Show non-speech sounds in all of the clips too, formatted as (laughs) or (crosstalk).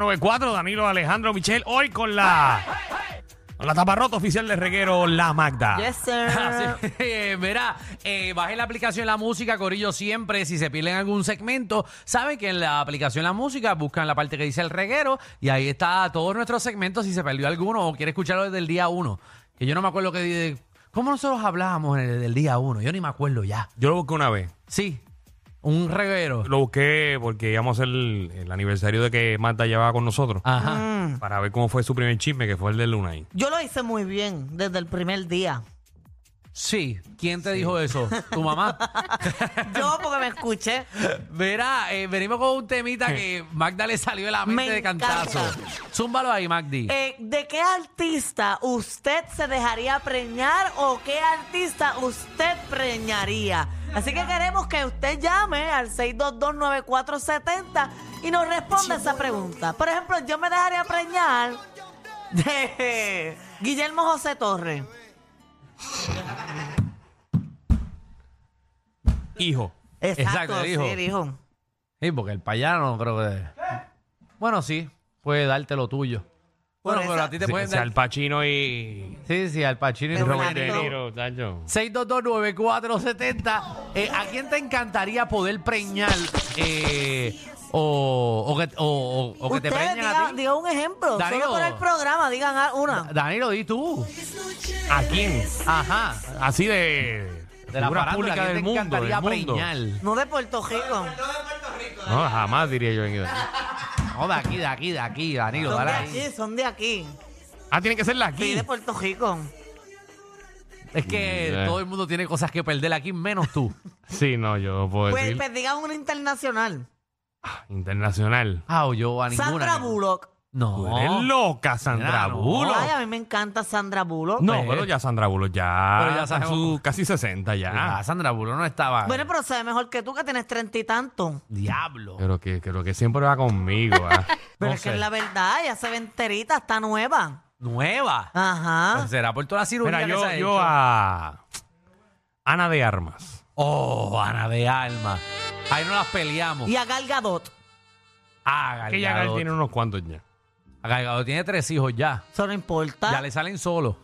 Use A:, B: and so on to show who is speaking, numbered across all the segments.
A: 94, Danilo Alejandro Michel, hoy con la. Con la taparrota oficial de reguero, la
B: Ah.
A: Magda.
C: Yes,
B: (laughs)
C: sir.
B: Así, eh, mira, eh, bajen la aplicación La Música, Corillo, siempre. Si se pierden algún segmento, saben que en la aplicación La Música buscan la parte que dice el reguero y ahí está todos nuestros segmentos. Si se perdió alguno o quiere escucharlo desde el día uno, que yo no me acuerdo que di- ¿Cómo nosotros hablábamos en el, del día uno? Yo ni me acuerdo ya.
A: Yo lo busqué una vez.
B: Sí, un reguero.
A: Lo busqué porque íbamos a hacer el, el aniversario de que Magda llevaba con nosotros.
B: Ajá.
A: Para ver cómo fue su primer chisme, que fue el de Luna.
C: Yo lo hice muy bien desde el primer
B: (laughs)
C: día.
B: Sí, ¿quién te dijo eso? ¿Tu mamá?
C: Yo porque me escuché.
B: Mira, eh, venimos con un temita que Magda le salió de la mente
C: Me
B: de cantazo. Zúmbalo ahí, Magdi.
C: Eh, ¿De qué artista usted se dejaría preñar o qué artista usted preñaría? Así que queremos que usted llame al 6229470 y nos responda esa pregunta. Por ejemplo, yo me dejaría preñar de (laughs) Guillermo José Torres.
A: Hijo.
C: Exacto,
B: Exacto, dijo.
C: sí, dijo.
B: Sí, porque el payano no creo que. Bueno, sí, puede darte lo tuyo.
C: Por
B: Bueno,
C: esa-
B: pero a ti te
A: Sí,
B: pueden
A: o sea,
B: dar.
A: el Pachino y.
B: Sí, sí, al Pachino y
C: Pero
B: Robert
C: Exacto.
B: De
A: De
B: Niro.
A: Niro, tacho.
B: 6229470. Eh, ¿A quién te encantaría poder preñar? eh, o, o que, o- o- o que te
C: Ustedes
B: preñen
C: diga,
B: a ti?
C: diga un ejemplo,
B: Danilo.
C: solo por el programa, digan a- una.
B: Danilo, di tú.
A: ¿A quién?
B: Ajá.
A: Así de.
B: De la
A: figura
B: farándula,
A: pública
B: ¿a quién
A: del
B: te
A: mundo.
B: encantaría
A: Del mundo.
B: preñar?
C: No de Puerto Rico.
A: No, jamás diría yo. en-
B: No, de aquí, de aquí, de aquí, Danilo.
C: Son de
B: dale ahí.
C: aquí, son de aquí.
A: Ah, tiene que ser la
C: Sí,
A: aquí.
C: de Puerto Rico.
B: Es que
A: Yeah.
B: todo el mundo tiene cosas que perder aquí, menos tú.
A: Sí, no, yo no puedo
C: Pues,
A: decir.
C: pues digan una internacional.
A: Internacional.
B: Ah, o yo a ninguna.
C: Sandra
B: ninguna.
C: Bullock.
B: No.
A: Tú eres loca, Sandra
B: Mira, no.
A: Bullock.
C: Ay, a mí me encanta Sandra Bullock.
A: No,
B: Pues.
A: pero ya Sandra Bullock ya,
B: Pero ya
A: está en
B: sabemos.
A: su casi 60 ya.
B: Ah, Sandra Bullock no estaba.
C: Bueno, pero se ve mejor que tú que tienes treinta y tanto.
B: Diablo.
A: Pero que, creo que siempre va conmigo.
B: (laughs)
A: ah.
C: Pero
B: No
C: es que
B: sé.
C: es la verdad, ella se ve enterita, está nueva.
B: Nueva.
C: Ajá.
B: Pues Será por toda la cirugía
A: Ah. Mira,
B: que
A: yo,
B: se ha
A: yo
B: hecho.
A: a Ana de Armas.
B: Oh, Ana de Alma. Ahí no las peleamos.
C: Y a Gal Gadot.
B: Ah, Gal
A: Que ya
B: Gadot.
A: tiene unos cuantos ya.
B: Gal Gadot tiene tres hijos ya.
C: Eso no
A: Ah.
C: importa.
B: Ya le salen
A: (laughs)
B: solos.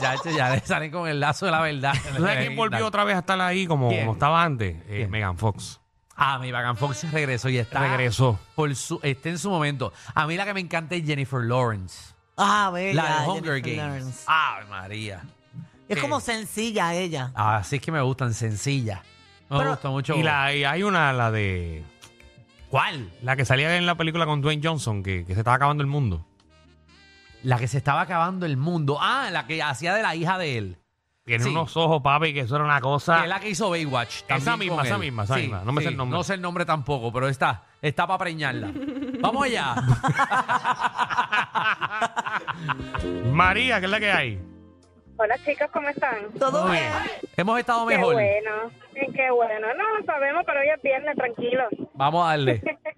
B: Chacho, ya le salen con el lazo de la verdad.
A: ¿Tú sabes quién volvió otra vez a estar ahí como,
B: ¿Quién?
A: como estaba antes? Eh,
B: ¿Quién?
A: Megan Fox.
B: Ah, mi Megan Fox regresó y está.
A: Regresó.
B: Por su, está en su momento. A mí la que me encanta es Jennifer Lawrence.
C: Ah, bella.
B: la de Hunger
C: Jennifer
B: Games.
C: Lawrence.
B: Ah, Ay, María.
C: Es
B: Eh,
C: como sencilla ella.
B: Así es que me gustan, sencilla. Me
C: Pero-
B: gusta mucho.
A: Y, la, y hay una, la de.
B: ¿Cuál?
A: La que salía en la película con Dwayne Johnson, que, que se estaba acabando el mundo.
B: La que se estaba acabando el mundo. Ah, la que hacía de la hija de él.
A: Tiene
B: Sí.
A: unos ojos, papi, que eso era una
B: que
A: cosa.
B: es la que hizo Baywatch. también
A: Ah. Esa misma,
B: con
A: esa
B: él.
A: misma, esa misma. No me sé el nombre.
B: No sé el nombre tampoco, pero está. Está
C: (laughs)
B: para preñarla. Vamos allá.
A: María, ¿qué es la que hay?
B: (laughs)
D: Hola chicos, ¿cómo están?
C: Todo
B: Muy
C: bien.
B: bien. Hemos estado mejor.
D: Qué bueno, eh, qué bueno. No lo sabemos, pero hoy es viernes, tranquilo.
B: Vamos a darle.
C: (laughs)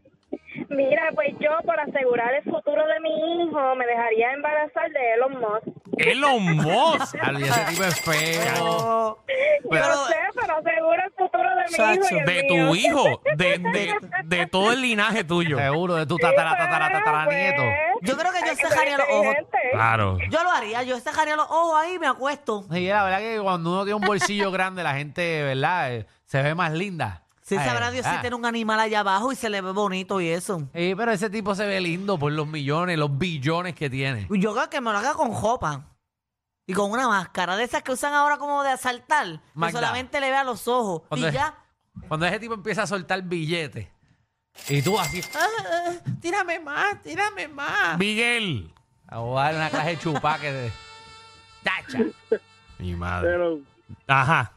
D: Mira, pues yo por asegurar el futuro de mi hijo me dejaría embarazar de Elon Musk.
A: Elon Musk.
B: Claro, y ese tipo es feo.
C: Pero-
D: Yo
C: pero-
D: no sé, pero aseguro el futuro de mi hijo y
C: Chacho,
D: el
A: De
D: mío.
A: tu
D: (laughs)
A: hijo, de, de, de todo el linaje tuyo.
B: Seguro de tu tatara, tatara, tatara,
D: Pues,
B: nieto.
C: Yo creo que yo
D: hay ser
C: cerraría los ojos.
D: inteligente.
A: Claro.
C: Yo lo haría, yo cerraría los ojos ahí y me acuesto.
B: Sí, la verdad que cuando uno tiene un bolsillo grande, la gente, ¿verdad? Eh, Se ve más linda.
C: Si
B: Eh,
C: sabrá Dios
B: ah.
C: si tiene un animal allá abajo y se le ve bonito y eso.
B: Sí, pero ese tipo se ve lindo por los millones, los billones que tiene.
C: Yo creo que me lo haga con jopa. Y con una máscara de esas que usan ahora como de asaltar. Que
B: Magda.
C: solamente le vea los ojos.
B: Cuando
C: Y
B: es-
C: ya.
B: Cuando ese tipo empieza a soltar billetes. Y tú así.
C: Ah, ah, (laughs) tírame más, tírame más.
A: Miguel.
B: A jugar una clase de chupá que de- ¡Tacha!
A: Mi madre.
E: Pero,
A: Ajá.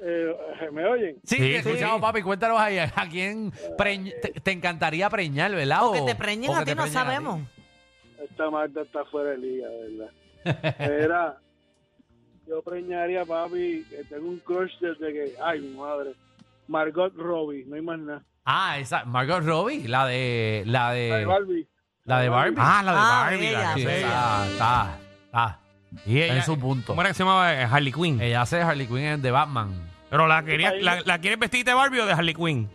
E: eh, ¿me oyen?
B: Sí,
A: Sí,
B: te
A: sí.
B: escuchamos, papi. Cuéntanos ahí a quién preñ- te, te encantaría preñar, ¿verdad?
C: O que te preñen
B: Oh, o que
C: a ti,
B: te
C: no
B: preñen a ti.
C: sabemos.
E: Esta Marta está fuera de liga, de ¿verdad?
A: (laughs)
E: Era, yo preñaría, papi, que tengo un crush desde que, ay, mi madre, Margot Robbie, no hay más nada.
B: Ah, esa. Margot Robbie, la de. La
A: Eh.
B: de.
E: Ay, Barbie.
B: La de Barbie.
A: Ah, la de
C: Ah,
A: Barbie. la
C: bella.
A: que
B: Sí,
A: sea.
B: pues, está, Ah, está, está.
A: Y
B: en su punto.
A: ¿Cómo era que se llamaba Eh, Harley Quinn?
B: Ella hace Harley Quinn en The Batman.
A: Pero la, querías, la, la quieres vestirte de Barbie o de Harley Quinn.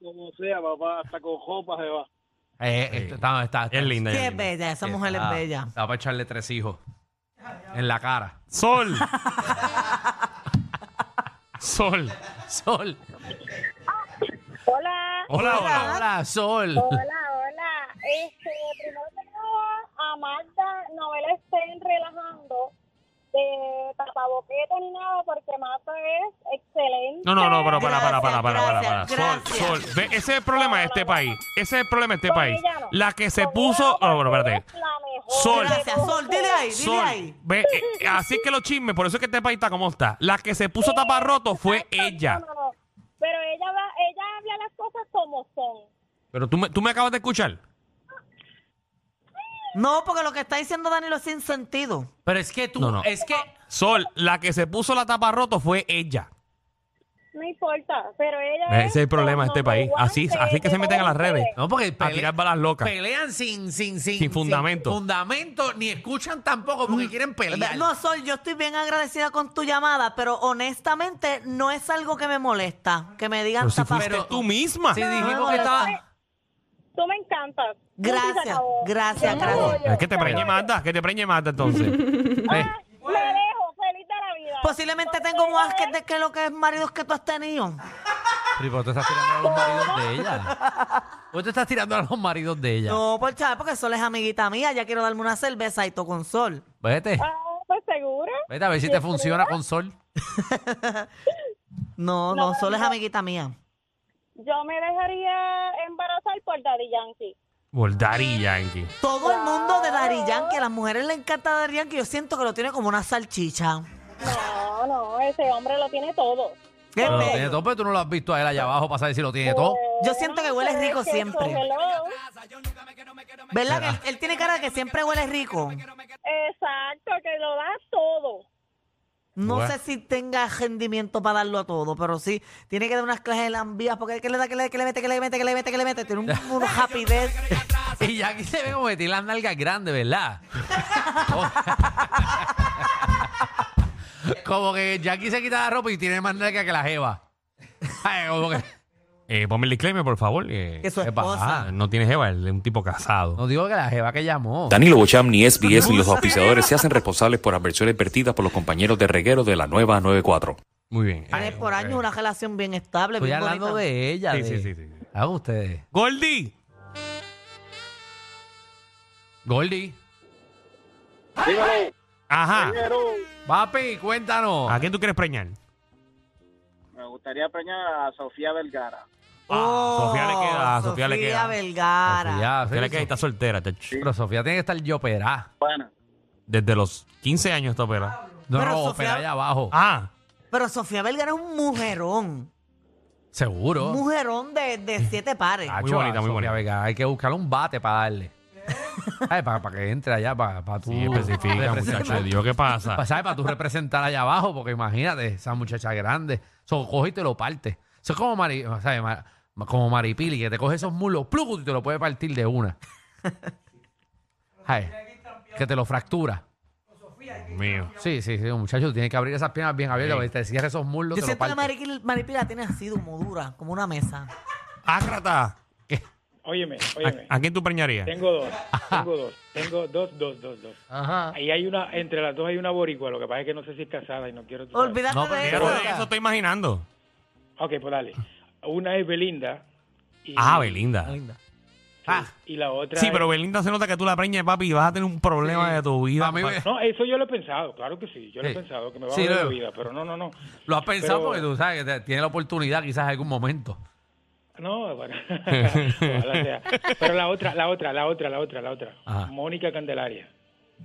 E: Como sea, papá, hasta con jopa se (laughs) va.
B: Eh,
A: Sí.
B: esto está, está, está-
A: Es linda.
C: Qué
A: es linda.
C: bella, esa mujer
B: está-
C: es bella.
B: Está para echarle tres hijos en la cara. (laughs)
A: Sol. Sol.
B: Sol.
D: Hola.
A: Hola, hola.
B: Hola,
A: (laughs)
B: Sol.
D: Hola, hola. Este, primero que nada, a Magda no me la estén relajando de tapaboquete ni nada, porque Mato es excelente.
A: No, no, no, pero para, para, para, para,
C: Gracias,
A: para, para.
C: gracias,
A: Sol,
C: gracias.
A: sol. Ve, ese es el problema de este país. Ese es el problema de este
D: Con
A: país.
D: ella no.
A: La que se
D: Con
A: puso.
D: ella
A: No, bueno, espérate.
D: es la mejor
A: Sol.
D: de
C: Gracias,
D: todas.
C: Sol, dile ahí, dile
A: Sol,
C: ahí.
A: ve, eh, así es que los chismes, por eso es que este país está como está. La que se puso taparroto fue
D: Exacto,
A: ella.
D: no, no, no. Pero ella, va, ella habla las cosas como son.
A: Pero tú me, tú me acabas de escuchar.
C: No, porque lo que está diciendo Danilo es sin sentido.
B: Pero es que tú,
A: No, no.
B: es que
A: Sol, la que se puso la taparroto fue ella.
D: No importa, pero ella
A: Ese es el
D: la
A: problema de este
D: number
A: país.
D: one
A: Así,
D: de-
A: así que
D: de
A: se meten a las
D: todas
A: redes.
B: No, porque
A: A tirar balas locas.
B: Pelean sin, sin, sin,
A: Sin fundamento.
B: sin fundamento, ni escuchan tampoco porque quieren pelear.
C: No, Sol, yo estoy bien agradecida con tu llamada, pero honestamente no es algo que me molesta que me digan
A: Pero si
C: taparroto.
A: fuiste tú misma.
B: Si
C: no me
B: dijimos que
C: molesta.
B: estaba.
D: Tú me encantas.
C: Gracias,
D: Se acabó.
C: gracias,
D: Ya
C: gracias.
D: me voy yo.
A: Es que te preñe Marta, que te preñe Marta entonces.
B: Eh,
A: Ve.
D: Ah, Me dejo, feliz de la vida.
C: Posiblemente
D: Porque
C: tengo más
D: ella
C: que,
D: es-
C: de que lo que es maridos que tú has tenido.
B: Pero tú estás tirando a los maridos de ella. Vos te Pues estás tirando a los maridos de ella.
C: No, por chaval, porque Sol es amiguita mía, ya quiero darme una cerveza y todo con Sol.
B: Vete.
D: Ah, pues segura.
B: Vete a ver si te funciona con sol.
C: No, no, Sol es amiguita mía.
D: Yo me dejaría embarazar por Daddy Yankee.
A: Voldari Yankee.
C: Todo el mundo de Dari Yankee, a las mujeres le encanta Dari Yankee, yo siento que lo tiene como una salchicha.
D: No, no, ese hombre lo tiene todo.
C: Qué Oh.
B: Pero lo
C: bello.
B: tiene todo, pero tú no lo has visto a él allá abajo para saber si lo tiene todo.
C: Yo siento que huele
D: Pero Eh, es
C: rico
D: que
C: siempre.
D: eso, hello.
C: ¿Verdad? Que él, él tiene cara de que siempre huele rico.
D: Exacto, que lo da todo.
C: No
A: Bueno.
C: sé si tenga rendimiento para darlo a todo, pero sí, tiene que dar unas clases de lambías, porque que le da, que le, que le mete, que le mete, que le mete, que le mete, tiene
B: (laughs)
C: un, una rapidez.
B: (laughs) Y ya aquí se ve como que tiene las nalgas grandes,
C: (laughs)
B: ¿verdad? como que Jackie se quita la ropa y tiene más nalgas que la jeva. Ay, como que-
A: Eh, ponme el disclaimer, por favor. que-
C: Que su
A: Epa,
C: esposa.
A: ah, No tiene jeva, él es un tipo casado.
B: No digo que la jeva que llamó.
F: Danilo Bocham, ni SBS, ni los auspiciadores se hacen responsables por adversiones vertidas por los compañeros de reguero de la nueva 94.
A: Muy bien. Eh,
C: Tienes por
A: ok.
C: años una relación bien estable,
B: Estoy
C: bien
B: hablando
C: bonita.
B: de ella.
A: Sí,
B: de-
A: sí, sí, sí.
B: Hagan ustedes.
A: Goldie.
B: Goldie.
E: Dígalo,
A: Ajá.
E: pero
B: Papi, cuéntanos.
A: ¿A quién tú quieres preñar?
E: me gustaría preñar a Sofía Vergara.
C: Oh,
A: Ah, Sofía le queda, Sofía le queda.
C: Vergara.
B: Sofía,
A: Sofía le queda y
B: Sofía-
A: está soltera, chacho.
B: Pero Sofía tiene que estar yo operada.
E: Bueno,
A: Desde los 15 años está operada.
B: No,
C: Pero
B: no,
C: Sofía-
B: operada allá abajo.
A: Ah,
C: Pero Sofía Vergara es un mujerón.
B: Seguro.
C: Un mujerón de, de siete pares.
A: Ah, muy bonita, muy
B: Sofía
A: bonita.
B: Vergara. hay que buscarle un bate para
A: (laughs)
B: darle. Ay, para, para que entre allá, para, para tú.
A: sí, especifica,
B: representar-
A: muchacho. Dios, ¿qué
B: pa-
A: pasa?
B: ¿sabes? Para tú representar allá abajo, porque imagínate, esa muchacha grande. Eso coge y te lo parte. Eso es como, Mari, ¿sabes? Ma- como Maripili, que te coge esos mulos, plugo y te lo puede partir de una. Ay, que te lo fractura.
A: Dios mío.
B: Sí, sí, sí, muchacho, tienes que abrir esas piernas bien abiertas, porque te cierres esos muslos.
C: Yo
B: te lo
C: siento que
B: partes.
C: Mariquil- Maripil la tiene así, como dura, como una mesa.
A: Ácrata.
G: Óyeme,
A: ¿A,
G: óyeme.
A: a quién tú preñarías?
G: Tengo dos, tengo dos, tengo dos, dos, dos, dos.
B: Ajá.
G: Ahí hay una, entre las dos hay una boricua, lo que pasa es que no sé si es casada y no quiero... tú sabes.
C: Olvídate
B: No,
C: de
B: pero
A: Fíjate,
C: eso.
A: de eso estoy imaginando.
G: Ok, pues dale. Una es Belinda. Y,
A: Ah, Belinda.
G: sí,
B: Ah.
G: Y la otra
A: Sí,
G: es-
A: pero Belinda se nota que tú la preñas, papi, y vas a tener un problema
B: Sí.
A: de tu vida.
B: A mí me-
G: No, eso yo lo he pensado, claro que sí, yo lo he
B: Sí.
G: pensado, que me va
B: Sí,
G: a joder
B: lo-
G: la vida, pero no, no, no.
B: Lo has pensado
G: Pero-
B: porque tú sabes que te- tienes la oportunidad quizás en algún momento. (laughs)
G: No, bueno. Ojalá sea. Pero la otra, la otra, la otra, la otra, la otra.
B: Ajá.
G: Mónica Candelaria.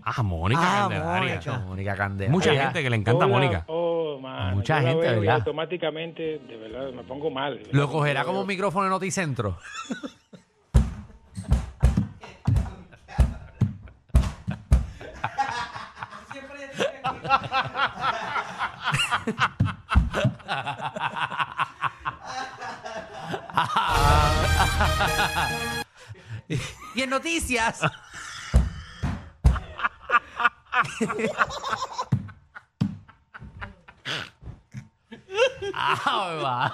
A: Ah, Mónica
C: Ah,
A: Candelaria.
C: Mónica.
B: Mónica Candela.
A: Mucha gente que le encanta
G: Hola,
A: a Mónica.
G: Oh, mano,
B: Mucha
G: yo la
B: gente,
G: veo y
B: ¿verdad?
G: automáticamente, de verdad, me pongo mal.
B: Lo cogerá como
G: Yo-
B: micrófono en Noticentro. y en (laughs) noticias. Ah,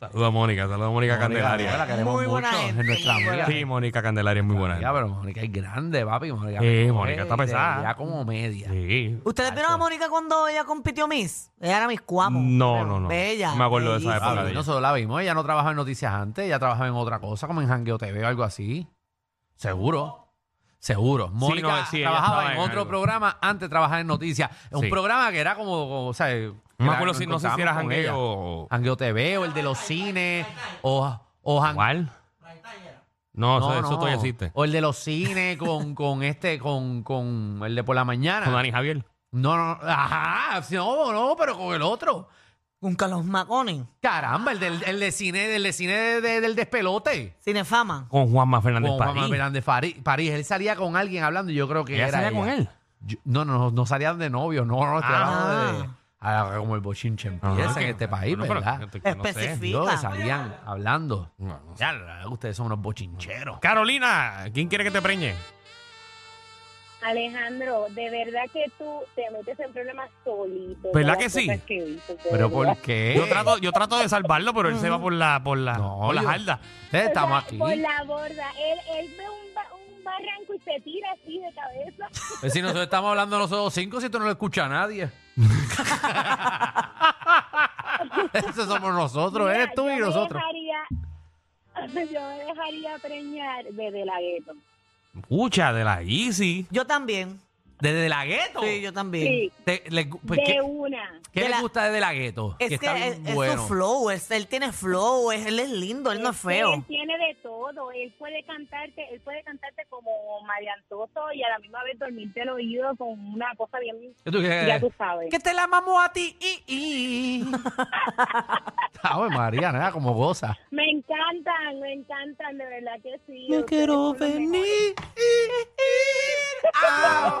A: Saludos a Mónica, saludos a Mónica Candelaria.
C: Muy buena gente,
B: Es nuestra
C: muy buena
B: amiga.
A: Sí, Mónica Candelaria es muy buena.
B: Ya, pero Mónica es grande, papi. Mónica,
A: Sí,
B: me-
A: Mónica está
B: te-
A: pesada.
B: Ya como media.
A: Sí.
C: ¿Ustedes vieron a Mónica cuando ella compitió Miss? Ella era Miss Cuamo.
A: No,
C: Pero
A: no, no.
C: Bella.
A: Me acuerdo de esa
C: bellísima.
A: época de ella.
B: Nosotros la vimos, ella no trabajaba en noticias antes, ella trabajaba en otra cosa, como en Jangueo TV o algo así. Seguro. Seguro. Mónica
A: no, sí, ella
B: trabajaba
A: estaba
B: en
A: en
B: otro
A: algo.
B: programa antes de trabajar en noticias. Un
A: Sí.
B: programa que era como, como, o sea,
A: No me
B: era-
A: acuerdo
B: nos
A: si no sé si
B: encontrábamos
A: era
B: con
A: jangueo
B: ella.
A: o.
B: Jangueo TV o el de los cines o, o Jangueo.
A: ¿Cuál? No, eso, eso todavía existe.
B: O el de los cines con, con este, con, con el de por la mañana.
A: Con Dani Javier.
B: No, no, ajá, no, no, pero con el otro.
C: Con Carlos Maconi.
B: Caramba, el, del, el de cine, el de cine de- de- del despelote.
C: Cinefama.
A: Con Juanma Fernández
B: Con Juan
A: París.
B: Manuel Fernández Fari- París. Él salía con alguien hablando y yo creo que
A: ¿Ella
B: era
A: salía con
B: ella.
A: él?
B: Yo- no, no, no, no salían de novio, no, no, estoy
A: Ah.
B: hablando de... ah, como el bochinche
A: Ajá,
B: empieza en
A: que-
B: este país,
A: bueno, pero-
B: ¿verdad?
A: que no sé.
C: Especific-
B: Yo,
C: Fica.
B: que salían hablando.
A: No, no sé.
B: Ya, la verdad, ustedes son unos bochincheros.
A: Carolina, ¿quién quiere que te preñe?
D: Alejandro, de verdad que tú te metes en problemas solito.
A: ¿Verdad
D: con las
A: que sí?
D: cosas que dices, de
B: ¿Pero
D: verdad.
B: por qué?
A: Yo trato, yo trato de salvarlo, pero él se va por la, por la,
B: No,
A: por las
B: yo-
A: aldas.
B: Ustedes
D: O sea,
B: estamos aquí.
D: Por la borda. Él, él ve un, ba- un barranco y se tira así de cabeza.
B: Pues si nosotros estamos hablando nosotros cinco, si tú no lo escucha a
D: (laughs)
B: nadie. Eso somos nosotros,
D: Mira,
B: eres tú
D: yo
B: y
D: me
B: nosotros.
D: dejaría- (laughs) yo me dejaría preñar desde la gueto.
A: Pucha, de la Easy.
C: Yo también.
B: ¿Desde la gueto?
C: Sí, yo también.
D: Sí,
B: Te- le- pues,
D: de
B: ¿Qué,
D: una.
B: qué
C: de
B: le
C: la-
B: gusta desde la gueto?
C: Es que,
B: está bien
C: es, es
B: bueno.
C: su flow, es- él tiene flow, es- él es lindo, él no es
D: Él
C: feo.
D: tiene de todo. Él puede cantarte, él puede cantarte como mariantoso y a la misma vez dormirte el oído con una cosa bien.
B: Eh. ¿Qué tú quieres?
D: Ya tú sabes.
B: Que te la mamo a ti. I,
D: (laughs)
B: i. Ave María, nada, como goza.
D: Me encantan, me encantan, de verdad que sí.
C: Me
D: Ustedes
C: quiero
D: son los mejores.
C: venir.
B: Ah,